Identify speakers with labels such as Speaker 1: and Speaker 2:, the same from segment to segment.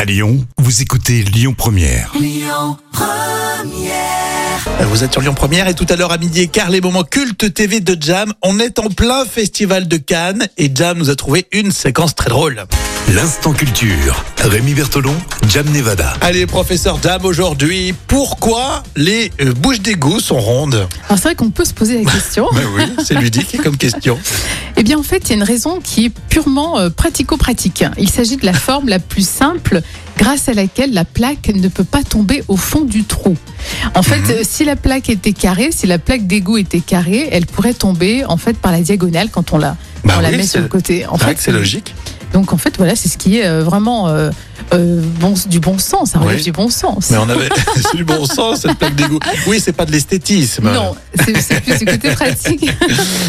Speaker 1: À Lyon, vous écoutez Lyon Première.
Speaker 2: Euh, Vous êtes sur Lyon Première et tout à l'heure à midi et quart, les moments cultes TV de Jam. On est en plein festival de Cannes et Jam nous a trouvé une séquence très drôle.
Speaker 1: L'instant culture. Rémi Bertolon, Jam Nevada.
Speaker 2: Allez, professeur Jam, aujourd'hui, pourquoi les euh, bouches d'égout sont rondes
Speaker 3: Alors c'est vrai qu'on peut se poser la question.
Speaker 2: Ben oui, c'est ludique comme question.
Speaker 3: eh bien en fait, il y a une raison qui est purement euh, pratico-pratique. Il s'agit de la forme la plus simple grâce à laquelle la plaque ne peut pas tomber au fond du trou. En
Speaker 2: Mhm.
Speaker 3: fait, euh, si la plaque était carrée, si la plaque d'égout était carrée, elle pourrait tomber en fait par la diagonale quand on la,
Speaker 2: Bah
Speaker 3: on la
Speaker 2: oui,
Speaker 3: met sur
Speaker 2: c'est-
Speaker 3: le côté. En
Speaker 2: C'est vrai
Speaker 3: fait,
Speaker 2: que c'est logique.
Speaker 3: Donc en fait, voilà, c'est ce qui est euh, vraiment euh, euh, bon, du bon sens. Ça relève
Speaker 2: Oui.
Speaker 3: du bon sens.
Speaker 2: Mais on avait c'est du bon sens, cette plaque d'égout. Oui, c'est pas de l'esthétisme.
Speaker 3: Non, c'est c'est plus du côté pratique.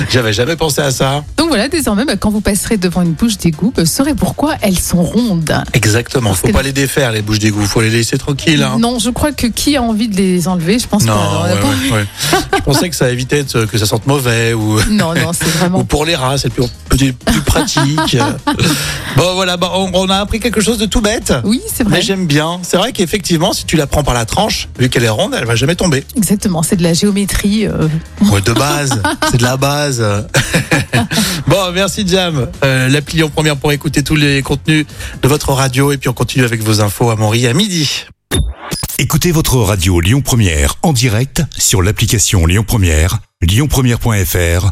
Speaker 2: J'avais jamais pensé à ça.
Speaker 3: Donc voilà, désormais, bah, quand vous passerez devant une bouche d'égout, bah, vous saurez pourquoi elles sont rondes.
Speaker 2: Exactement. Faut
Speaker 3: que-
Speaker 2: pas les défaire, les bouches d'égout. Faut les laisser tranquilles. hein.
Speaker 3: Non, je crois que qui a envie de les enlever, je pense euh, pas.
Speaker 2: Non,
Speaker 3: on a
Speaker 2: ouais,
Speaker 3: pas-
Speaker 2: ouais, ouais. je pensais que ça évitait de- que ça sente mauvais ou.
Speaker 3: non, non, c'est
Speaker 2: Ou
Speaker 3: vraiment.
Speaker 2: pour les rats, c'est plus, plus- plus pratique. bon, voilà, bah, on, on a appris quelque chose de tout bête.
Speaker 3: Oui, c'est
Speaker 2: Mais
Speaker 3: vrai.
Speaker 2: j'aime bien. C'est vrai qu'effectivement, si tu la prends par la tranche, vu qu'elle est ronde, elle va jamais tomber.
Speaker 3: Exactement, c'est de la géométrie. euh,
Speaker 2: Ouais, de base, c'est de la base. bon, merci Jam. Euh, L'appli Lyon Première pour écouter tous les contenus de votre radio et puis on continue avec vos infos à Montry à midi.
Speaker 1: Écoutez votre radio Lyon Première en direct sur l'application Lyon Première, lyonpremière.fr